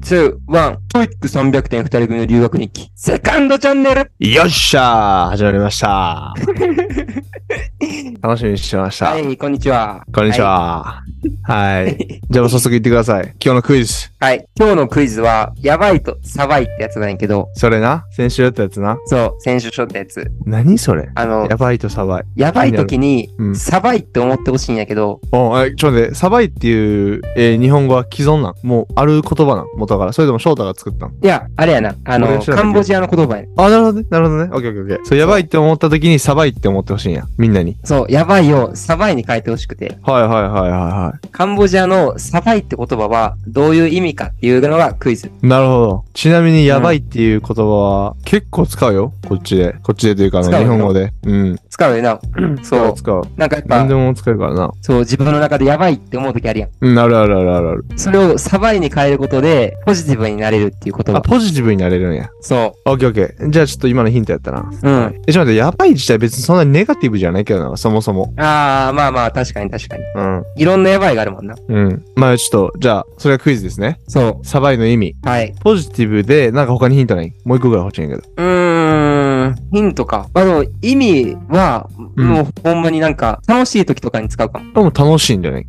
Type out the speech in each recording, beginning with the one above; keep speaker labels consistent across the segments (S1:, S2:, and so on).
S1: 2、1。トイック300点二人組の留学日記。セカンドチャンネル
S2: よっしゃー始まりました。 楽しみにしてました。
S1: はい、こんにちは。
S2: こんにちは。はい。じゃあもう早速行ってください。今日のクイズ。
S1: はい。はい。今日のクイズは、やばいとサバいってやつなんやけど、
S2: それな。先週やったやつな。
S1: そう、選手しょったやつ。
S2: 何それ
S1: あの
S2: や、ばいとサバイ。
S1: やばい時に
S2: う、ん
S1: サバいって思ってほしいんやけど、
S2: おえちょっと待って、サバイっていう、えー日本語は既存なんもうある言葉なん元から。それとも翔太が作ったん
S1: いや、あれやな、あ
S2: 俺
S1: の、
S2: が知らな
S1: カ
S2: い
S1: ンボジアの言葉や。
S2: あ、なるほどね。なるほどね。オッケーオッケーオッケー。そう、やばいって思った時にサバイって思ってほしいんや。みんなに。
S1: そう、やばいをサバいに変えてほしくて、
S2: はいはいはいはいは
S1: カンボジアのサバいって言葉は、どういう意味かっていうのがクイズ。
S2: い。なるほど。ちなみに、やばいっていう言葉は、結構使うよ。こっちで。こっちでというか、あの
S1: 使う
S2: 日
S1: よ
S2: 本語で。うん。
S1: 使うよな。そ
S2: 使
S1: う
S2: う。使う。
S1: なんかやっぱ
S2: 何で、も使うからな。
S1: そう、自分の中でやばいって思う時あるやん。
S2: うん、あるあるあるあるある。
S1: それをサバイに変えることで、ポジティブになれるっていうこと
S2: あ、
S1: が。
S2: ポジティブになれるんや。
S1: そ
S2: オッケーオッケー。じゃあちょっと今のヒントやったな。
S1: う。うん。
S2: え、ちょっと待って、やばい自体別にそんなにネガティブじゃないけどな、そもそも。
S1: あー、まあまあ、確かに確かに。
S2: うん。
S1: いろんなやばいがあるもんな。
S2: うん。まあちょっと、じゃあ、それがクイズですね。
S1: そ
S2: サバイの意味。
S1: う。はい。
S2: ポジティブで、なんか他にヒントないもう一個ぐらい欲しいんやけど。
S1: うーん、ヒントか。まあでも、意味は、
S2: うん
S1: もうほんまになんか、楽しい時とかに使うかも。
S2: あもう楽しいんじゃない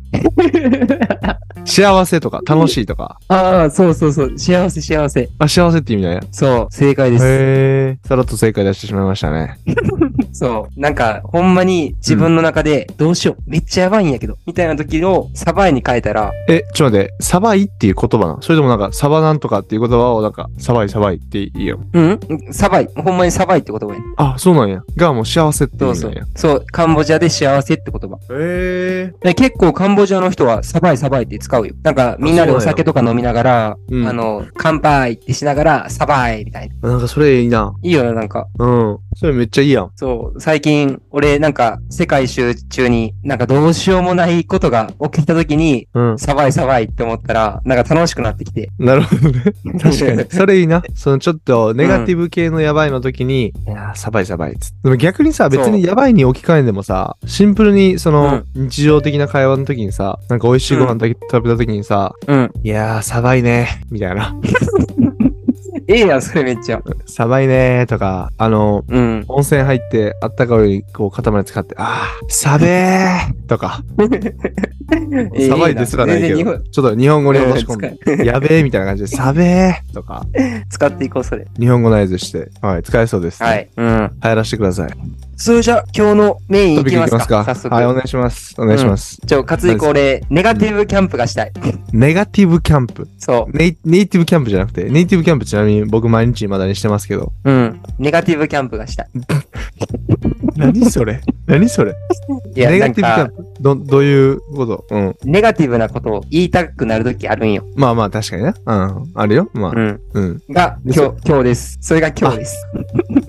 S2: 幸せとか、楽しいとか。
S1: ああ、そうそうそう。幸せ幸せ。
S2: あ、幸せって意味だね。
S1: そう、正解です。
S2: へー。さらっと正解出してしまいましたね。
S1: そう。なんか、ほんまに自分の中で、どうしよう。めっちゃやばいんやけど。みたいな時を、サバイに変えたら、
S2: え、ちょっと待って、サバイっていう言葉なのそれともなんか、サバなんとかっていう言葉をなんか、サバイサバイっていいよ。
S1: うんサバイ。ほんまにサバイって言葉やね。
S2: あ、そうなんや。がもう幸せって意
S1: そう
S2: 味
S1: そ
S2: なん
S1: う
S2: や。。
S1: そう、カンボジアで幸せって言葉。
S2: へえ。
S1: で結構カンボジアの人はサバイサバイって使うよ。なんかみんなでお酒とか飲みながら、あ,、
S2: うん
S1: の、乾杯ってしながらサバイみたいな。
S2: なんかそれいいな。
S1: いいよな、なんか。
S2: うん。それめっちゃいいやん。
S1: そう、最近俺なんか世界一周中になんかどうしようもないことが起きた時に、
S2: うん。
S1: サバイサバイって思ったら、なんか楽しくなってきて。
S2: なるほ どね。確かに。。それいいな。そのちょっとネガティブ系のやばいの時に、いやー、サバイサバイっつって。でも逆にさ、別にやばいに置き換えんでもさ、シンプルにその日常的な会話の時にさ、なんか美味しいご飯だけ食べた時にさ、
S1: うん。
S2: いやー、サバイねみたいな。
S1: ええやん、それめっちゃ。
S2: サバイねとか、あの、
S1: うん。
S2: 温泉入ってあったかいお湯にこう肩まで使って、あー、サベー とか、サバイですらないけ
S1: ええ
S2: ど、
S1: な
S2: ちょっと日本語に落とし込ん
S1: 全然日本
S2: で。やべえみたいな感じ で、サベーとか、
S1: うん使っていこう、それ。
S2: 日本語ナイズして、はい、使えそうです、ね。
S1: は。い。うん。
S2: 入らせてください。
S1: それじゃあ、今日のメイン
S2: ト
S1: いき
S2: ピックい
S1: ま
S2: き
S1: す
S2: ます
S1: か。
S2: か。
S1: 早速。
S2: はい、お願いします。お願いします。
S1: ちょ、かついこ俺、ネガティブキャンプがしたい。
S2: ネガティブキャンプ。
S1: そ
S2: ネイネイティブキャンプじゃなくて、ネイティブキャンプちなみに僕毎日まだにしてますけど。
S1: う。うん。ネガティブキャンプがしたい。
S2: 何それ 何それ
S1: いや、
S2: ネ
S1: な
S2: ガ
S1: ん
S2: ティ
S1: か
S2: ブ、キャンプど、どういうことうん。
S1: ネガティブなことを言いたくなるときあるんよ。
S2: まあまあ確かにね。うん。あるよ。まあ
S1: う。ん。
S2: うん。
S1: が、
S2: で
S1: 今日、今日です。それが今日です。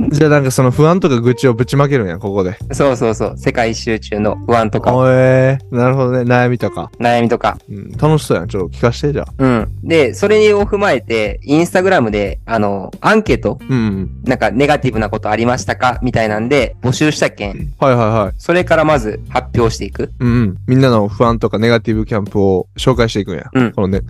S2: じゃあなんかその不安とか愚痴をぶちまけるんや、ここで。
S1: そうそうそう。世界一周中の不安とか、
S2: おえー。なるほどね。悩みとか。
S1: 悩みとか。
S2: うん。楽しそうやん。ちょっと聞かして、じゃあ。
S1: うん。で、それを踏まえて、インスタグラムで、あの、アンケート、
S2: うんうん。
S1: なんか、ネガティブなことありましたかみたいなんで、募集したけん。
S2: はいはいはい。
S1: それからまず、発表してい く。
S2: うんうん。みんなの不安とかネガティブキャンプを紹介していくんや。
S1: うん
S2: このね。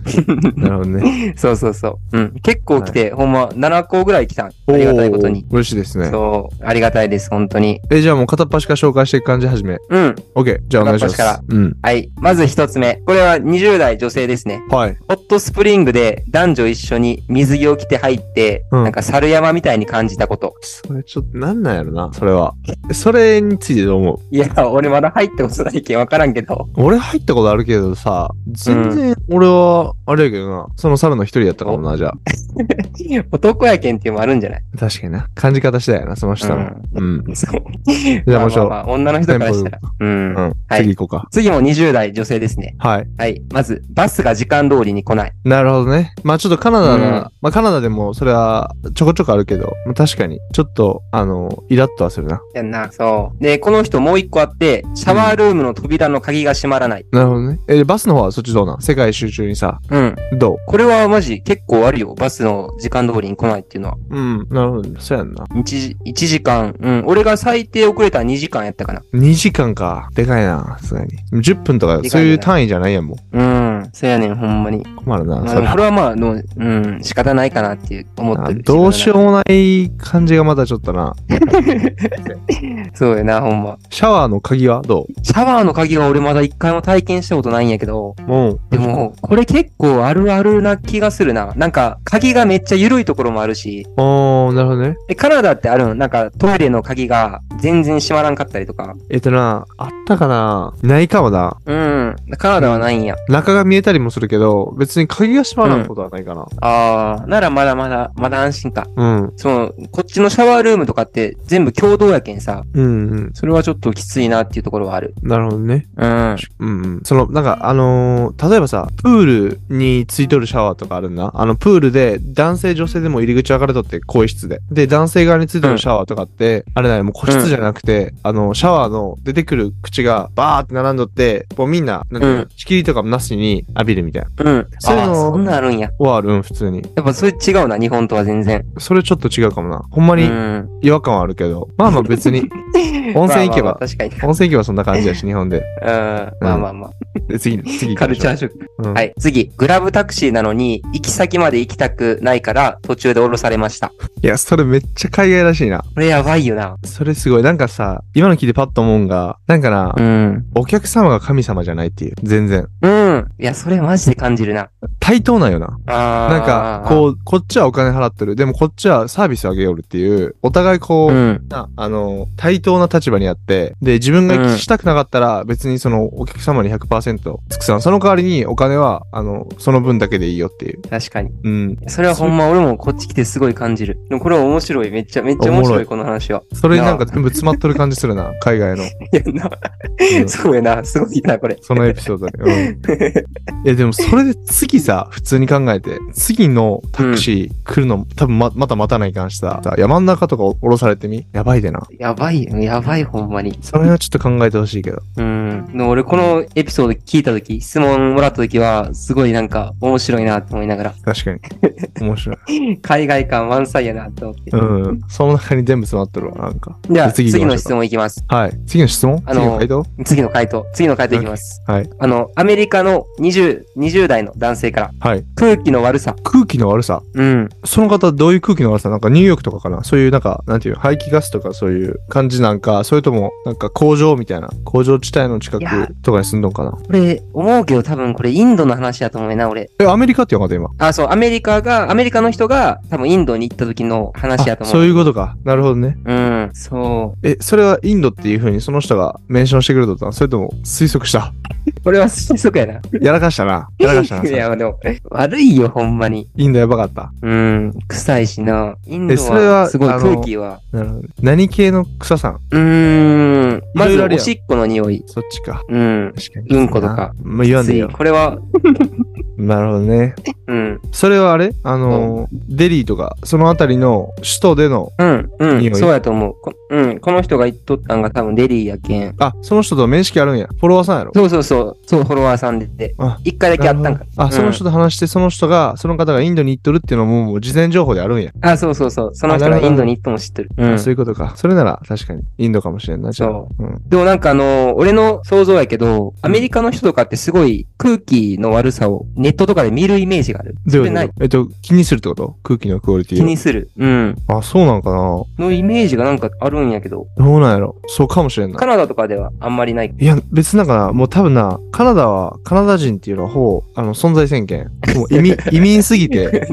S2: なるほどね。
S1: そうそうそう。うん。結構来て、ほんま、7個ぐらい来たん。 ありがたいことに
S2: お。ー嬉しいですね。
S1: そう、ありがたいです、本当に。
S2: え、じゃあもう片っ端から紹介していく感じ始め。
S1: うん。
S2: OK。じゃあお願いします。
S1: 片っ端
S2: うん。
S1: はい。まず一つ目。これは20代女性ですね。
S2: はい。
S1: ホットスプリングで男女一緒に水着を着て入って、
S2: うん
S1: なんか猿山みたいに感じたこと。
S2: それちょっと、なんなんやろな、それは。それについてどう思う
S1: いや、俺まだ入ったことないけんわからんけど。
S2: 俺入ったことあるけどさ、全然俺は、あれやけどな、その猿の一人やったかもな、じゃあ。
S1: 男やけんっていうのもあるんじゃない
S2: 確かにな。感じ方次第やな、その人の。うん。
S1: そう。
S2: じゃあもうち
S1: まあ
S2: ょ、
S1: まあまあ女の人からしたら。うん。
S2: うん。
S1: はい
S2: 次行こうか。
S1: 次も20代女性ですね。
S2: はい。
S1: はい。まず、バスが時間通りに来ない。
S2: なるほどね。まあちょっとカナダ
S1: うん
S2: な、まあカナダでもそれはちょこちょこあるけど、まあ、確かに、ちょっと、あの、イラッとはするな。
S1: やんな。そう。で、この人もう一個あって、シャワールームの扉の鍵が閉まらない。
S2: なるほどね。え、バスの方はそっちどうなん世界一周中にさ、
S1: うん。
S2: どう
S1: これはマジ結構あるよ。バスの時間通りに来ないっていうのは。
S2: うん、なるほどね。そうやんな。
S1: 1, 時一時間。うん。俺が最低遅れたら2時間やったか
S2: 2時間か。でかいな、さすがに。10分と
S1: でかいよ
S2: か、
S1: ね
S2: そういう単位じゃないやん、も
S1: な。うん。そうやねん、ほんまに。
S2: 困るな、
S1: まあ
S2: そ
S1: で
S2: れ
S1: もこれはまあ、のうん、仕方ないかなって思ってる。
S2: あどうしようもない感じがまだちょっとな。
S1: そうやな、ほんま。
S2: シャワーの鍵はど
S1: シャワーの鍵は俺まだ一回も体験したことないんやけど、
S2: ううん。
S1: でも、これ結構あるあるな気がするな。なんか、鍵がめっちゃ緩いところもあるし、
S2: あー、なるほどね。
S1: え、カナダってあるのなんか、トイレの鍵が全然閉まらんかったりとか。
S2: えっとな、あったかなないかもな。
S1: うん。カナダはないんや。
S2: 中が見えたりもするけど、別に鍵が閉まらんことはないかな。
S1: あー、ならまだまだ、まだ安心か。
S2: うん。
S1: その、こっちのシャワールームとかって全部共同やけんさ。
S2: うんうん。
S1: それはちょっときついなっていうところはある。
S2: なるほどね。
S1: うん。
S2: うんうん。その、なんか、あのー例えばさ、プールについとるシャワーとかあるんだ。あの、プールで、男性、女性でも入り口分かれとって、更衣室で。で、男性側についとるシャワーとかって、あれだよ、もう個室じゃなくて、あの、シャワーの出てくる口が、バーって並んどって、もうみんな、なんていうの
S1: うん
S2: 仕切りとかもなしに浴びるみたいな。
S1: うん。
S2: そういうの
S1: あーそんなんあるんや。
S2: はある、うん、普通に。
S1: やっぱそれ違うな、日本とは全然。
S2: それちょっと違うかもな。ほんま
S1: う
S2: に
S1: ん。
S2: 違和感はあるけど。まあまあ 別に、温泉行け
S1: まあまあまあ
S2: ば。
S1: 確かに。うん。
S2: 温泉行けばそんな感じだし、日本で。
S1: まあまあまあ。
S2: で、 次、次行きましょう。
S1: カルチャーショック。
S2: うん
S1: はい。次。グラブタクシーなのに、行き先まで行きたくないから、途中で降ろされました。
S2: いや、それめっちゃ海外らしいな。
S1: これやばいよな。
S2: それすごい。なんかさ、今の聞いてパッと思うんが、なんかな、
S1: うん。
S2: お客様が神様じゃないっていう。全然。
S1: うん。いや、それマジで感じるな。
S2: 対等なんよな。
S1: あー
S2: なんか、こう、こっちはお金払ってる。でもこっちはサービスあげよるっていう、お互いこう、
S1: ん。
S2: なあの、対等な立場にあって、で、自分が
S1: うん
S2: 聞きしたくなかったら、別にその、お客様に100%尽くさん。その代わりに、お金は、あの、その分だけでいいよっていう。
S1: 確かに。
S2: うん。
S1: それはほんま俺もこっち来てすごい感じる。でもこれは面白い。めっちゃ、めっちゃ面
S2: おも
S1: 白
S2: ろ
S1: い、
S2: い
S1: この話 は。
S2: それになんか全部詰まっとる感じするな、海外の。
S1: いや、な、
S2: うん
S1: そうやな。すごいな、これ。
S2: そのエピソードで。 うん。いや、でもそれで次さ、普通に考えて、次のタクシー来るの、多分ま、また待たないかんしさ、さ山ん中とか降ろされてみやばいでな。
S1: やばい、やばい、ほんまに。
S2: その辺はちょっと考えてほしいけど。
S1: うん。でも俺、このエピソード聞いたとき、質問もらったときは、すごいなんか面白いなって思いながら、
S2: 確かに。面白い。
S1: 海外感満載やなって思って。
S2: うん。その中に全部詰まってるわ、なんか。
S1: じゃあ、
S2: じゃあ次
S1: 次
S2: 行き
S1: の
S2: ましょうか
S1: 質問いきます。
S2: はい。次の質問
S1: あの
S2: 次の回答
S1: 次の回答。次の回答いきます。
S2: はい。
S1: あの、アメリカの20、20代の男性から、
S2: はい。
S1: 空気の悪さ。
S2: 空気の悪さ。
S1: うん。
S2: その方、どういう空気の悪さなんかニューヨークとかかなそういうなんか、なんていう、排気ガスとかそういう感じなんか、それとも、なんか工場みたいな、工場地帯の近
S1: いや
S2: くとかに住んどんかな
S1: これ、思うけど多分これインドの話だと思うな、俺。
S2: え、アメリカって言わんかった今。
S1: あ、そう、アメリカが、アメリカの人が多分インドに行った時の話だと
S2: あ
S1: 思う。
S2: そういうことか。なるほどね。
S1: うん、そ
S2: え、それはインドっていう風にその人がメンションしてくれとったのそれとも推測した。
S1: う。これは推測やな。
S2: やらかしたな。やらかしたな。そ
S1: い
S2: れ
S1: や、でも、悪いよ、ほんまに。
S2: インドやばかった。
S1: うん、臭いしな。インド
S2: えそれ
S1: は、
S2: は
S1: すごい
S2: あの
S1: 空気は。
S2: なるほど。何系の草さん
S1: うーん、ま
S2: いろい
S1: ず
S2: ろある
S1: お
S2: やん
S1: しっこの匂い。
S2: そっちか。
S1: うん。
S2: 確かに。
S1: うんことか。
S2: まあ、言わん
S1: つ
S2: でいい
S1: い、
S2: よ。
S1: これは、
S2: なるほどね。
S1: うん、
S2: それはあれあのー、デリーとか、そのあたりの首都での、
S1: うん、う
S2: 匂
S1: ん、
S2: い
S1: そうやと思う。こうん、この人が言っとったんが多分デリーやけん。
S2: あ、その人と面識あるんや。フォロワーさんやろ。
S1: そうそうそう、そう、フォロワーさんでて
S2: あ。
S1: 一回だけあったんか。
S2: あ、その人と話して、その人が、その方がインドに行っとるっていうのも、もう事前情報であるんや、
S1: あ、そうそうそう。その人
S2: あ
S1: が
S2: なるほ
S1: イ
S2: ど
S1: ンドに行っても知ってる。う。
S2: あそうんいうことか。それなら、確かに、インドかもしれんな、じゃあ。。
S1: そう
S2: うん。
S1: でもなんかあのー俺の想像やけど、アメリカの人とかってすごい空気の悪さをネットとかで見るイメージがある。
S2: ど
S1: そ
S2: うい
S1: れ
S2: う
S1: な
S2: こ
S1: い
S2: とえっと、気にするってこと空気のクオリティを
S1: 気にする。うん。
S2: あ、そうなんかなど
S1: のイメージがなんかあるんやけど、
S2: うなんやろそうかもしれん
S1: カ
S2: な。
S1: ナダとかではあんまりない。
S2: いや、別になんかな、もう多分な、カナダは、カナダ人っていうのはほぼ、あの、存在宣言。もう 移民、移民すぎて、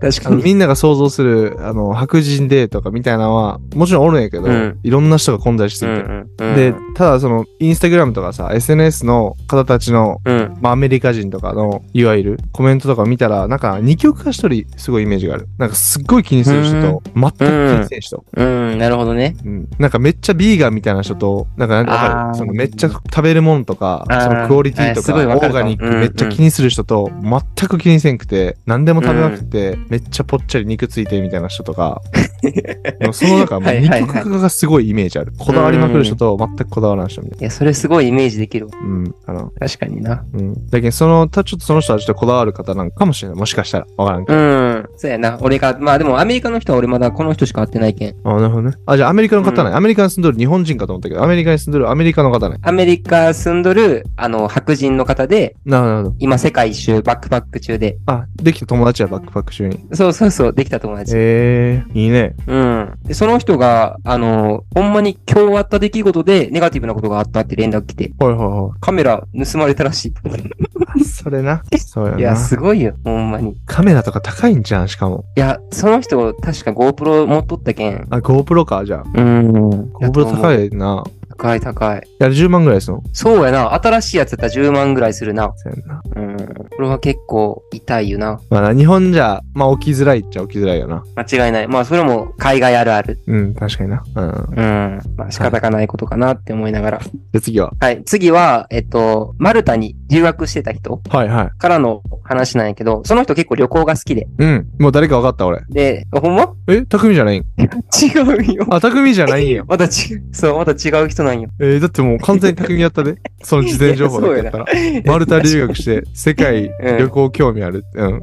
S1: 確
S2: あの、。みんなが想像する、あの、白人でとかみたいなのは、もちろんおるんやけど、
S1: うん
S2: いろんな人が混在し
S1: う
S2: すぎて。
S1: んうん。
S2: で、ただその、インスタグラムとかさ、SNS の方たちの、
S1: うん。
S2: まあ、アメリカ人とかの、いわゆるコメントとか見たら、なんか、二極化一人、すごいイメージがある。なんか、すっごい気にする人と、全く気にせん人。
S1: うん、なるほどね。
S2: うん、なんかめっちゃビーガンみたいな人と、なんかなんかわか
S1: あー
S2: るそのめっちゃ食べるものとか
S1: あー、
S2: そのクオリティと
S1: す
S2: か、
S1: ごいわ
S2: オ
S1: かる
S2: ーガニッ
S1: うん
S2: クめっちゃ気にする人と、全く気にせんくて、何でも食べなくて、めっちゃぽっちゃり肉ついてみたいな人 とか、でもその中、もう
S1: はいはい
S2: 二
S1: はい
S2: 極化がすごいイメージある。こだわりまくる人と、全くこだわらない人みたい
S1: いや、それすごいイメージできるわ。
S2: な。うん。あの、
S1: 確かにな。
S2: うん。だけど、その、たちょっとその人はちょっとこだわる方なんかもしれない。もしかしたら。わからんけ
S1: う
S2: ど。
S1: ん。そうやな。俺が、まあでもアメリカの人は俺まだこの人しか会ってないけん。
S2: あ、なるほどね。あ、じゃあアメリカの方ない。
S1: う
S2: アメリカに住んどる日本人かと思ったけど、アメリカに住んどるアメリカの方ない。
S1: アメリカ住んどる、あの、白人の方で、
S2: なるほど。
S1: 今世界一周バックパック中で、
S2: あ、できた友達や、バックパック中に。
S1: そうそうそう、できた友達。
S2: ええいいね。
S1: うん。で、その人が、あの、ほんまに今日あった出来事でネガティブなことがあったって連絡来て、
S2: ほいほいほ
S1: カメラ盗まれたらし
S2: い。 それな。そうよ
S1: い。いや、
S2: な。
S1: すごいよ、ほんまに。い
S2: カメラとか高いんじゃん、しかも。
S1: や、その人、確か GoPro 持っとったけん。
S2: あ、GoPro か、じゃあ。
S1: うん。
S2: GoPro 高
S1: い。
S2: いな。
S1: 高い高い。
S2: いや、10万ぐらいするの。
S1: そうやな。新しいやつだったら10万ぐらいするな。
S2: そうやんな。
S1: うん。これは結構痛いよな。
S2: まあな、日本じゃ、まあ起きづらいっちゃ起きづらいよな。
S1: 間違いない。まあ、それも海外あるある。
S2: うん、確かにな。うん。
S1: うん。まあ、仕方がないことかなって思いながら。
S2: じゃあ次は。
S1: はい。次は、えっと、マルタに留学してた人
S2: はいはい。
S1: からの話なんやけど、その人結構旅行が好きで。
S2: うん。もう誰か分かった、俺。
S1: で、ほんま
S2: え、匠じゃないん
S1: 違うよ。
S2: あ、匠じゃないんよ。
S1: また違う、そう、また違う人なんよ。
S2: えーだってもう完全に匠やった で。その事前情報だけやったら。マルタ留学して、世界旅行興味ある。 うん。はい。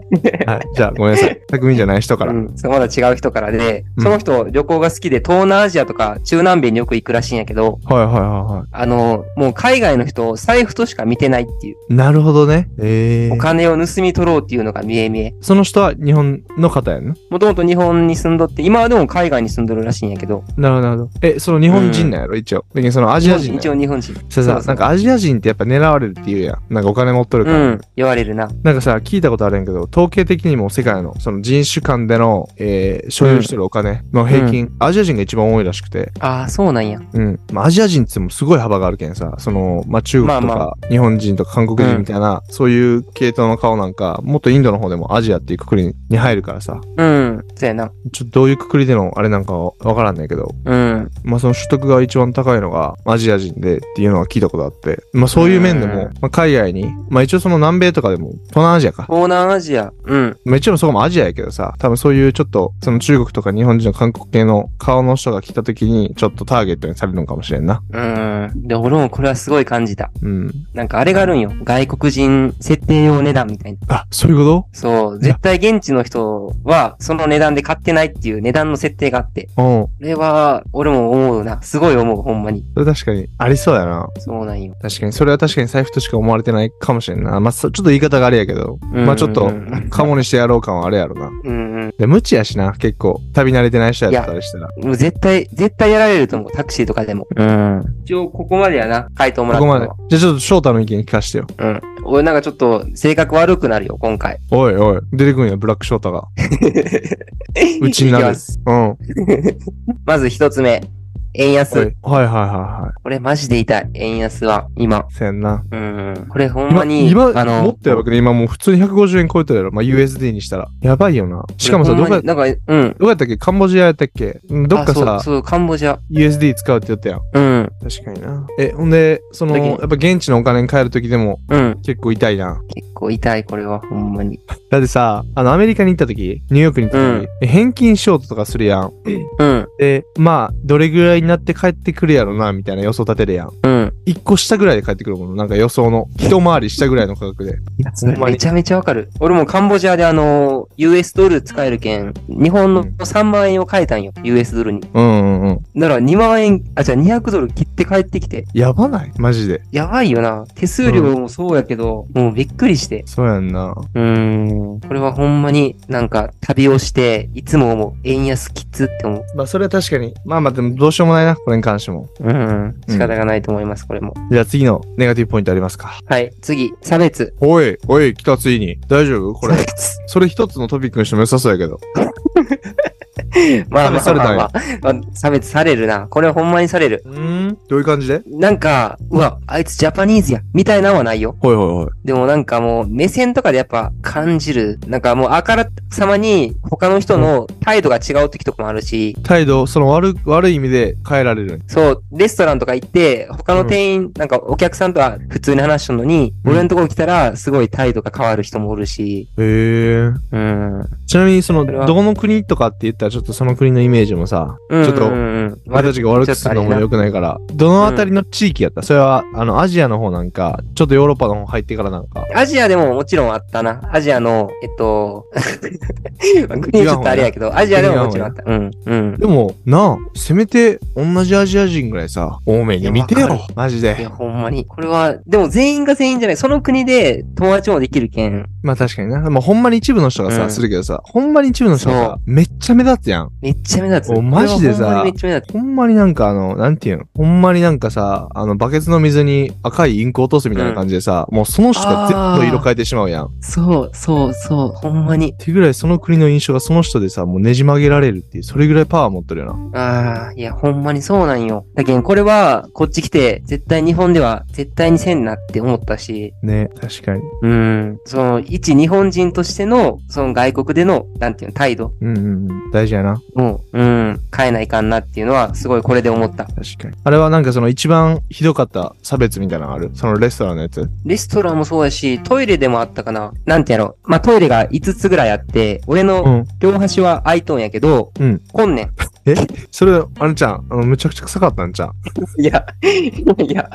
S2: じゃあ、ごめんなさい。匠じゃない人から。
S1: うん、そうまだ違う人からで、
S2: うん
S1: その人旅行が好きで東南アジアとか中南米によく行くらしいんやけど、
S2: はいはいはいは
S1: あの、もう海外の人を財布としか見てないっていう、
S2: い。なるほどね。え
S1: お
S2: ー。
S1: 金を盗み取ろうっていうのが見え見え。
S2: その人は日本の方やんな。
S1: もともと日本に住んどって、今はでも海外に住んどるらしいんやけど、
S2: なるほど、なるほど。え、その日本人なんやろ、一応。で、そのアジア人なん
S1: 一
S2: や
S1: 応日本人。
S2: そう
S1: そ
S2: さ
S1: う、そう
S2: なんかアジア人ってやっぱ狙われるっていうやん。なんかお金持っとるか
S1: う
S2: ら。
S1: ん、言われるな。
S2: なんかさ、聞いたことあるんやけど、統計的にも世界のその人種間での、えー所有してるお金の平均、アジア人が一番多いらしくて、
S1: ああ、そうなんや。
S2: うん。まあ、アジア人って言ってもすごい幅があるけんさ、その、まあ、中国とか、
S1: まあ
S2: 日本人とか韓国人みたいな、そういう系統の顔なんか、もっとインドの方でもアジアっていうくくりに入るからさ、
S1: うん、そうやな。
S2: ちょっとどういうくくりでのあれなんかはわからんねんけど、
S1: うん。
S2: まあ、その取得が一番高いのがアジア人でっていうのは聞いたことあって、まあ、そういう面で
S1: うん
S2: も、まあ、海外に、まあ、一応その南米とかでも、東南アジアか。
S1: 東南アジア。うん。
S2: まあ、一応そこもアジアやけどさ、多分そういうちょっと、その中国とか日本人の韓国系の顔の人が来た時に、ちょっとターゲットにされるのかもしれんな。
S1: うん。で、俺もこれはすごい感じた。
S2: うん。
S1: なんかあれがあるんよ。外国人設定用値段みたいな。
S2: あ、そういうこ
S1: そう。絶対現地の人はその値段で買ってないっていう値段の設定があって。
S2: とうん。
S1: これは、俺も思うな。すごい思う、ほんまに。
S2: それ確かに、ありそうやな。
S1: そうなんよ。
S2: 確かに、それは確かに財布としか思われてないかもしれんな。まあ、そちょっと言い方があれやけど、まあちょっ
S1: う
S2: と
S1: んうん、
S2: カモにしてやろう感はあれやろな。
S1: うんうん。
S2: で、無知やしな、結構。旅慣れてない人やったりしたら。
S1: もう絶対、絶対やられると思う。タクシーとかでも。うん。一応、ここまでやな。回答も
S2: こ
S1: らった
S2: こ
S1: の
S2: ま
S1: は
S2: で。じゃあちょっと翔太の意見聞かしてよ。
S1: うん。俺なんかちょっと、性格悪くなるよ、今回。
S2: おいおい、出てくんや、ブラック翔 太が。 うちになる
S1: いきます
S2: うん。おい
S1: まず一つ目。円
S2: はい
S1: 安。
S2: はいはいは
S1: これマジで痛い。円安は、今。
S2: い。せやんな。
S1: うん。これほん
S2: 今、
S1: まに、
S2: 今、もっとやばくね、今もう普通に150円超えてるやろ。まあ、USD にしたら。やばいよな。しかもさ、
S1: これ
S2: ど
S1: ほん
S2: こ
S1: ま
S2: や、
S1: に
S2: ど
S1: なんか、うん。
S2: こやったっけカンボジアやったっけうんどっか
S1: あ
S2: さ、
S1: そう、そう、カンボジア。
S2: USD 使うって言ったやん。
S1: うん。
S2: 確かにな。え、ほんで、その、
S1: だけ
S2: やっぱ現地のお金に帰るときでも
S1: うん。
S2: 結構痛いな。
S1: 結構痛い、これは、ほんまに。
S2: だってさ、あの、アメリカに行ったとき、ニューヨークに行ったとき、え返金ショートとかするやん。
S1: うん。
S2: で、まあ、どれぐらいになって帰ってくるやろな、みたいな予想立てるやん。
S1: うん。
S2: 一個下ぐらいで帰ってくるもの。なんか予想の、一回り下ぐらいの価格で。ほんまに
S1: めちゃめちゃわかる。俺もカンボジアであの、US ドル使えるけん、日本の
S2: うん
S1: 3万円を変えたんよ、US ドルに。
S2: うんうんうん。
S1: なら2万円、あ、じゃあ200ドル切って帰ってきて。
S2: やばないマジで。
S1: やばいよな。手数料もそうやけど、もうびっくりして。
S2: そうやんな。
S1: うーん。これはほんまになんか旅をして、いつも思う。円安きつって思う。
S2: まあ、それは確かに。まあまあ、でもどうしようもないな、これに関しても。
S1: うん。仕方がないと思います、これも。
S2: じゃあ次のネガティブポイントありますか。
S1: はい。次、差別。
S2: おい、おい、来たついに。大丈夫これ
S1: 差。別。
S2: それ一つのトピックにしても良さそうやけど。
S1: まあま
S2: 差
S1: あ
S2: 別
S1: まあ、まあ、まあ差別されるな。これはほんまにされる。
S2: うんどういう感じで
S1: なんか、うわ、あいつジャパニーズや、みたいなんはないよ。
S2: ほいほいほい。
S1: でもなんかもう、目線とかでやっぱ感じる。なんかもう、あからさまに他の人の態度が違う時とかもあるし、
S2: 態度、その悪、悪い意味で変えられる。
S1: そう、レストランとか行って、他の店員、なんかお客さんとは普通に話してるのに、
S2: うん
S1: 俺のとこ来たら、すごい態度が変わる人もおるし、
S2: へえ。
S1: うん。
S2: ちなみにその、
S1: それは
S2: どこの国とかって言ったらちょっとその国のイメージもさ、ちょっと
S1: と
S2: 俺たちが悪くするのも良くないから、どのあたりの地域やった、それは、あの、アジアの方なんか、ちょっとヨーロッパの方入ってからなんか、
S1: アジアでももちろんあったな。アジアの、えっと、 国ちょっとあれやけど、アジアでももちろんあった。うん。うん。
S2: でも、なあ、せめて、同じアジア人ぐらいさ、多めに見て
S1: いやわ
S2: よ、マジ
S1: い
S2: で
S1: や、。ほんまに。これは、でも全員が全員じゃない。その国で友達もできるけん。
S2: まあ確かにな。まあほんまに一部の人がさ、
S1: うん
S2: するけどさ、ほんまに一部の人がさ、めっちゃ目立つやん。
S1: めっちゃ目立つ。
S2: おマジでさ
S1: これはほんまにめっちゃ目立
S2: ほんまになんかあの、なんていうのほんまになんかさ、あの、バケツの水に赤いインクを落とすみたいな感じでさ、もうその人が全部色変えてしまうやん。っ
S1: つ。そう、そう、そう。ほんまに。
S2: ていうぐらいその国の印象がその人でさ、もうねじ曲げられるっていう、それぐらいパワー持ってるよな。
S1: ああ、いや、ほんまにそうなんよ。だけど、これは、こっち来て、絶対日本では、絶対にせんなって思ったし、
S2: ね、確かに。
S1: うん。その、一日本人としての、その外国での、なんていうの、態度
S2: うんうんうん。大事やな。
S1: を、うん、変えないかんなっていうのは、すごいこれで思った。
S2: 確かに。あれはなんかその一番ひどかった差別みたいなのあるそのレストランのやつ。
S1: レストランもそうやし、トイレでもあったかな。なんてやろ。まあ、トイレが5つぐらいあって、俺
S2: う
S1: の
S2: ん。
S1: 両端は空いとんやけど、
S2: うん
S1: 今年。
S2: それ、あれちゃん、あの、むちゃくちゃ臭かったんちゃう
S1: いや、いや、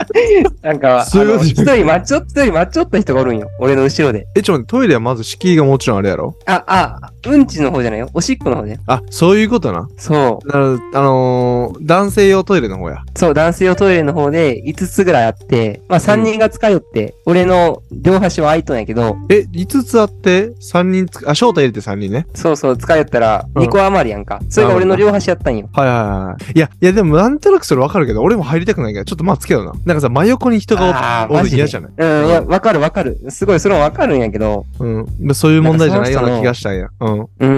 S1: なんか、あ
S2: そういうこ
S1: の
S2: とじ
S1: 一
S2: ゃな
S1: 人待ちょっ、一人待ちょった人がおるんよ。俺の後ろで。
S2: え、ちょ、待ってトイレはまず敷居がもちろんあれやろ
S1: あ、あ、うんちの方じゃないよ。おしっこの方ね。
S2: あ、そういうことな。
S1: そ
S2: なるあのー、男性用トイレの方や。
S1: う。そう、男性用トイレの方で5つぐらいあって、まあ3人が使いよって、俺の両端は空いとんやけど、
S2: え、5つあって、3人つあ、招待入れて3人ね。
S1: そうそう、使いよったら
S2: うん
S1: 2個余りやんか。それが俺の両端やったんよ。
S2: はいはいはい。いや、いやでもなんとなくそれわかるけど、俺も入りたくないけど、ちょっとまあつけような。なんかさ、真横に人が
S1: あ
S2: お
S1: ー
S2: お
S1: マ
S2: る
S1: ジで
S2: の嫌じゃない
S1: うん、いや、わかるわかる。すごい、それもわかるんやけど、
S2: うん。まあそういう問題じゃないよう
S1: なん
S2: な
S1: か
S2: 気がしたんや。うん。
S1: うんうん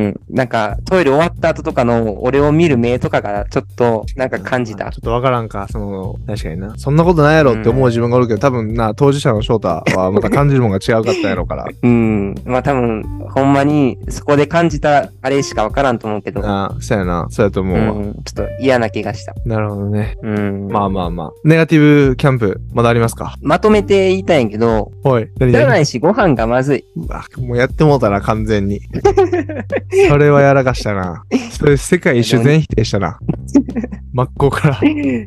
S1: うん。なんか、トイレ終わった後とかの俺を見る目とかがちょっと、なんか感じた
S2: ちょ。っとわからんか、その、確かにな。そんなことないやろって思う自分がおるけど、多分な、当事者の翔太はまた感じるもんが違うかったや ろから。
S1: うん。まあ多分、ほんまに、そこで感じたあれしかわからんと思うけど、
S2: ああ、そうやな。そうやと思
S1: う
S2: うわ。
S1: ん、ちょっと嫌な気がした。
S2: なるほどね。
S1: うん。
S2: まあまあまあ。ネガティブキャンプ、まだありますか
S1: まとめて言いたいんやけど、
S2: はい。何
S1: じゃ
S2: 々
S1: ないしご飯がまずい。
S2: うわもうやってもうたな、完全に。それはやらかしたな。それ世界一周全否定したな。真っ向から。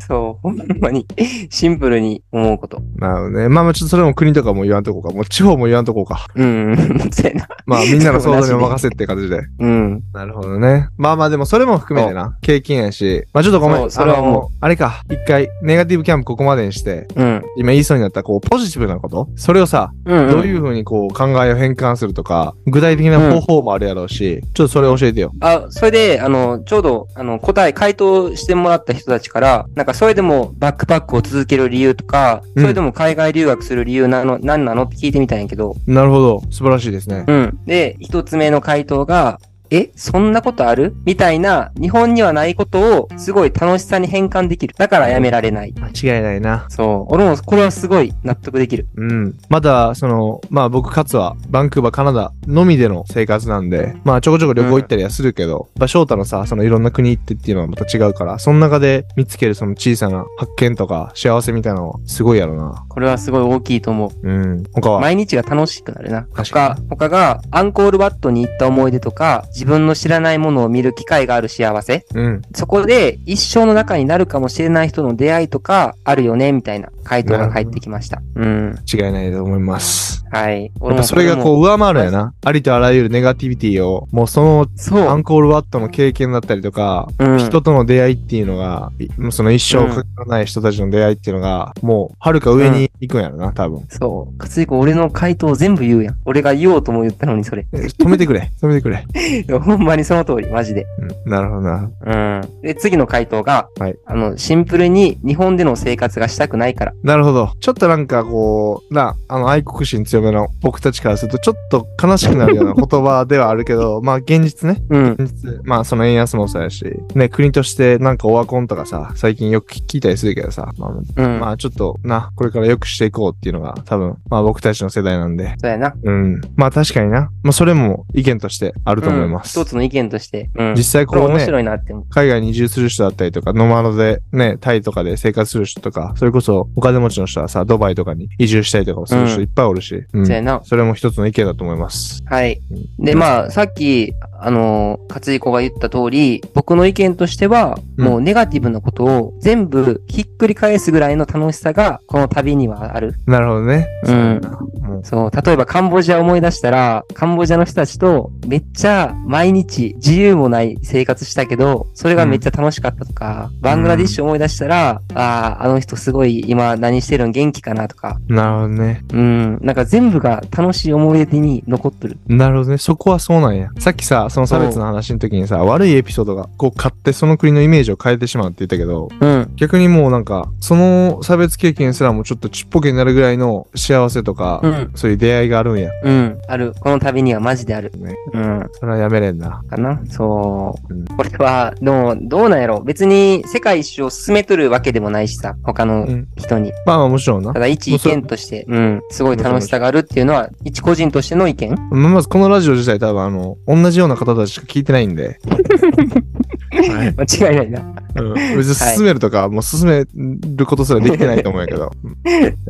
S1: そう、ほんまに、シンプルに思うこと。
S2: なるほどね。まあまあ、ちょっとそれも国とかも言わんとこか。もう地方も言わんとこか。
S1: うん、せやな。
S2: まあ、みんなの 想像にお任せって感じで。
S1: うん。
S2: なるほどね。まあまあでもそれも含めてな。経験やし。まあちょっとごめん。
S1: そう
S2: あ
S1: それはもう
S2: の、あれか。一回、ネガティブキャンプここまでにして、
S1: うん。
S2: 今言いそうになった、こう、ポジティブなことそれをさ、
S1: うん、
S2: どういうふうにこう、考えを変換するとか、具体的な方法もあるやろうし、ちょっとそれ教えてよ。
S1: あ、それで、あの、ちょうど、あの、答え、回答してもらった人たちから、なんか、それでもバックパックを続ける理由とか、
S2: うん
S1: それでも海外留学する理由なの、何なのって聞いてみたんやけど、
S2: なるほど。素晴らしいですね。
S1: うん。で、一つ目の回答が、え、そんなことあるみたいな、日本にはないことを、すごい楽しさに変換できる。だからやめられない。
S2: 間違いないな。
S1: そう。俺も、これはすごい納得できる。
S2: うん。まだ、その、まあ僕、かつは、バンクーバー、カナダのみでの生活なんで、まあちょこちょこ旅行行ったりはするけど、まあ翔太のさ、そのいろんな国行ってっていうのはまた違うから、その中で見つけるその小さな発見とか幸せみたいなのはすごいやろな。
S1: これはすごい大きいと思う。
S2: うん。他は、
S1: 毎日が楽しくなるな。
S2: 確か
S1: 他
S2: に、
S1: 他が、アンコールワットに行った思い出とか、自分の知らないものを見る機会がある幸せ。
S2: うん。
S1: そこで、一生の中になるかもしれない人の出会いとか、あるよね、みたいな回答が返ってきました。うん。
S2: 違いないと思います。
S1: はい。
S2: や
S1: 俺も
S2: っぱそれが
S1: う。
S2: こう上回るんやな。ありとあらゆるネガティビティを、もうその
S1: そ
S2: ア
S1: う
S2: ン。コールワットの経験だったりとか、
S1: うん
S2: 人との出会いっていうのが、いその一生かからない人たちの出会いっていうのが、もう、はるか上に行くんやろな、多分。
S1: そう。かついこ、俺の回答全部言うやん。俺が言おうとも言ったのに、それ。
S2: え止めてくれ、止めてくれ。
S1: ほんまにその通り、マジで。
S2: うん、なるほどな。
S1: うん。で、次の回答が、
S2: はい
S1: あの、シンプルに日本での生活がしたくないから。
S2: なるほど。ちょっとなんかこう、な、あの、愛国心強めの僕たちからすると、ちょっと悲しくなるような言葉ではあるけど、 まあ現実ね。
S1: うん。
S2: 現実。まあその円安もそうやし、ね、国としてなんかオワコンとかさ、最近よく聞いたりするけどさ、まあ、
S1: うん。
S2: まあちょっとな、これから良くしていこうっていうのが多分、まあ僕たちの世代なんで、
S1: そうやな。
S2: うん。まあ確かにな。まあそれも意見としてあると思います。ます
S1: 一。つの意見として。うん。
S2: 実際
S1: これ
S2: こう
S1: 面
S2: ね、
S1: 白いなって思う。
S2: 海外に移住する人だったりとか、ノマドでね、タイとかで生活する人とか、それこそお金持ちの人はさ、ドバイとかに移住したりとかもする
S1: う
S2: 人
S1: ん
S2: いっぱいおるし、うん
S1: そうやな。
S2: それも一つの意見だと思います。
S1: はい。
S2: うん
S1: で、まあ、さっき、あのー、勝彦が言った通り、僕の意見としては、
S2: うん
S1: もうネガティブなことを全部ひっくり返すぐらいの楽しさが、この旅にはある。
S2: なるほどね。
S1: うん
S2: もう
S1: そう、例えばカンボジア思い出したら、カンボジアの人たちとめっちゃ毎日自由もない生活したけど、それがめっちゃ楽しかったとか、バングラディッシュ思い出したら、ああ、あの人すごい今何してるの元気かなとか、
S2: なるほどね。
S1: うん、なんか全部が楽しい思い出に残ってる。
S2: なるほどね。そこはそうなんや。さっきさ、その差別の話の時にさ、悪いエピソードがこう買ってその国のイメージを変えてしまうって言ったけど、
S1: うん、
S2: 逆にもうなんか、その差別経験すらもちょっとちっぽけになるぐらいの幸せとか、
S1: うん、
S2: そういう出会いがあるんや。
S1: うん、ある。この旅にはマジである。
S2: ね
S1: うん、
S2: それはやめれんな。
S1: かなそう
S2: うん。
S1: これは、でも、どうなんやろ別に世界一周を進めとるわけでもないしさ、他の
S2: うん
S1: 人に。
S2: まあまあもちろんな
S1: た。だ一意見として、うん、すごい楽しさがあるっていうのは、一個人としての意見
S2: まあまずこのラジオ自体多分あの、同じような方たちしか聞いてないんで。はい
S1: 間違いないな。
S2: うん別に進めるとか、もう進めることすらできてないと思うんやけど。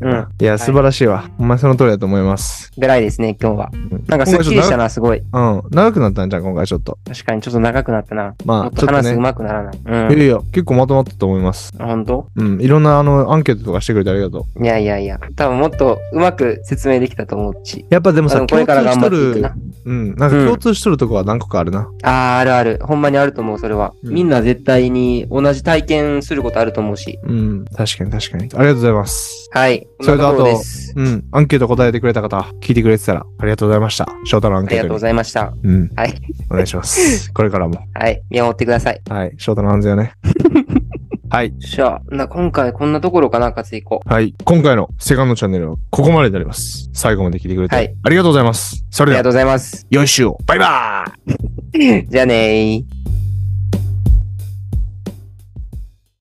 S1: うん。
S2: いや、素晴らしいわ。お前その通りだと思います。
S1: ぐらいですね、今日は。
S2: うん
S1: なんかすっきりした
S2: 今
S1: な、すごい。
S2: 回ちょっと長うん。長くなったんじゃん、今回ちょっと。
S1: 確かにちょっと長くなったな。
S2: ま
S1: も
S2: あ、
S1: っ
S2: ち
S1: と
S2: ょっと
S1: 話う
S2: ね。
S1: まくならない。
S2: いやいや、結構まとまったと思います。
S1: うん。ほんと
S2: うん。いろんなあの、アンケートとかしてくれてありがとう。
S1: いやいやいや。多分もっとうまく説明できたと思うし。
S2: やっぱでも
S1: あ
S2: さ、
S1: のこれか
S2: 共
S1: ら頑
S2: 通し
S1: 張
S2: と
S1: っていく
S2: る
S1: な。、
S2: うん。なんか
S1: うん
S2: 共通しとるとこは何個かあるな。
S1: あー、あるある。ほんまにあると思う、それは。
S2: うん
S1: みんな絶対に同じ体験することあると思うし。
S2: うん。確かに確かに。ありがとうございます。
S1: はい。
S2: それとあと
S1: こんなろです
S2: うん。アンケート答えてくれた方、聞いてくれてたら、ありがとうございました。翔太のアン
S1: あり
S2: ケ
S1: がと
S2: ー
S1: う
S2: ト
S1: ご
S2: に。
S1: ざいました。
S2: うん。
S1: はい。
S2: お願いします。これからも。
S1: はい。見守ってください。
S2: はい。翔太の安全 よね。はい。
S1: じゃあ、な、今回こんなところかな、勝ついこ
S2: はい。今回のセカンドチャンネルはここまでになります。最後まで聞いてくれて、
S1: はい
S2: ありがとうございます。そ
S1: あり
S2: れで
S1: が
S2: は、
S1: とうございます。
S2: 良い週を。バイバーイ
S1: じゃあねー。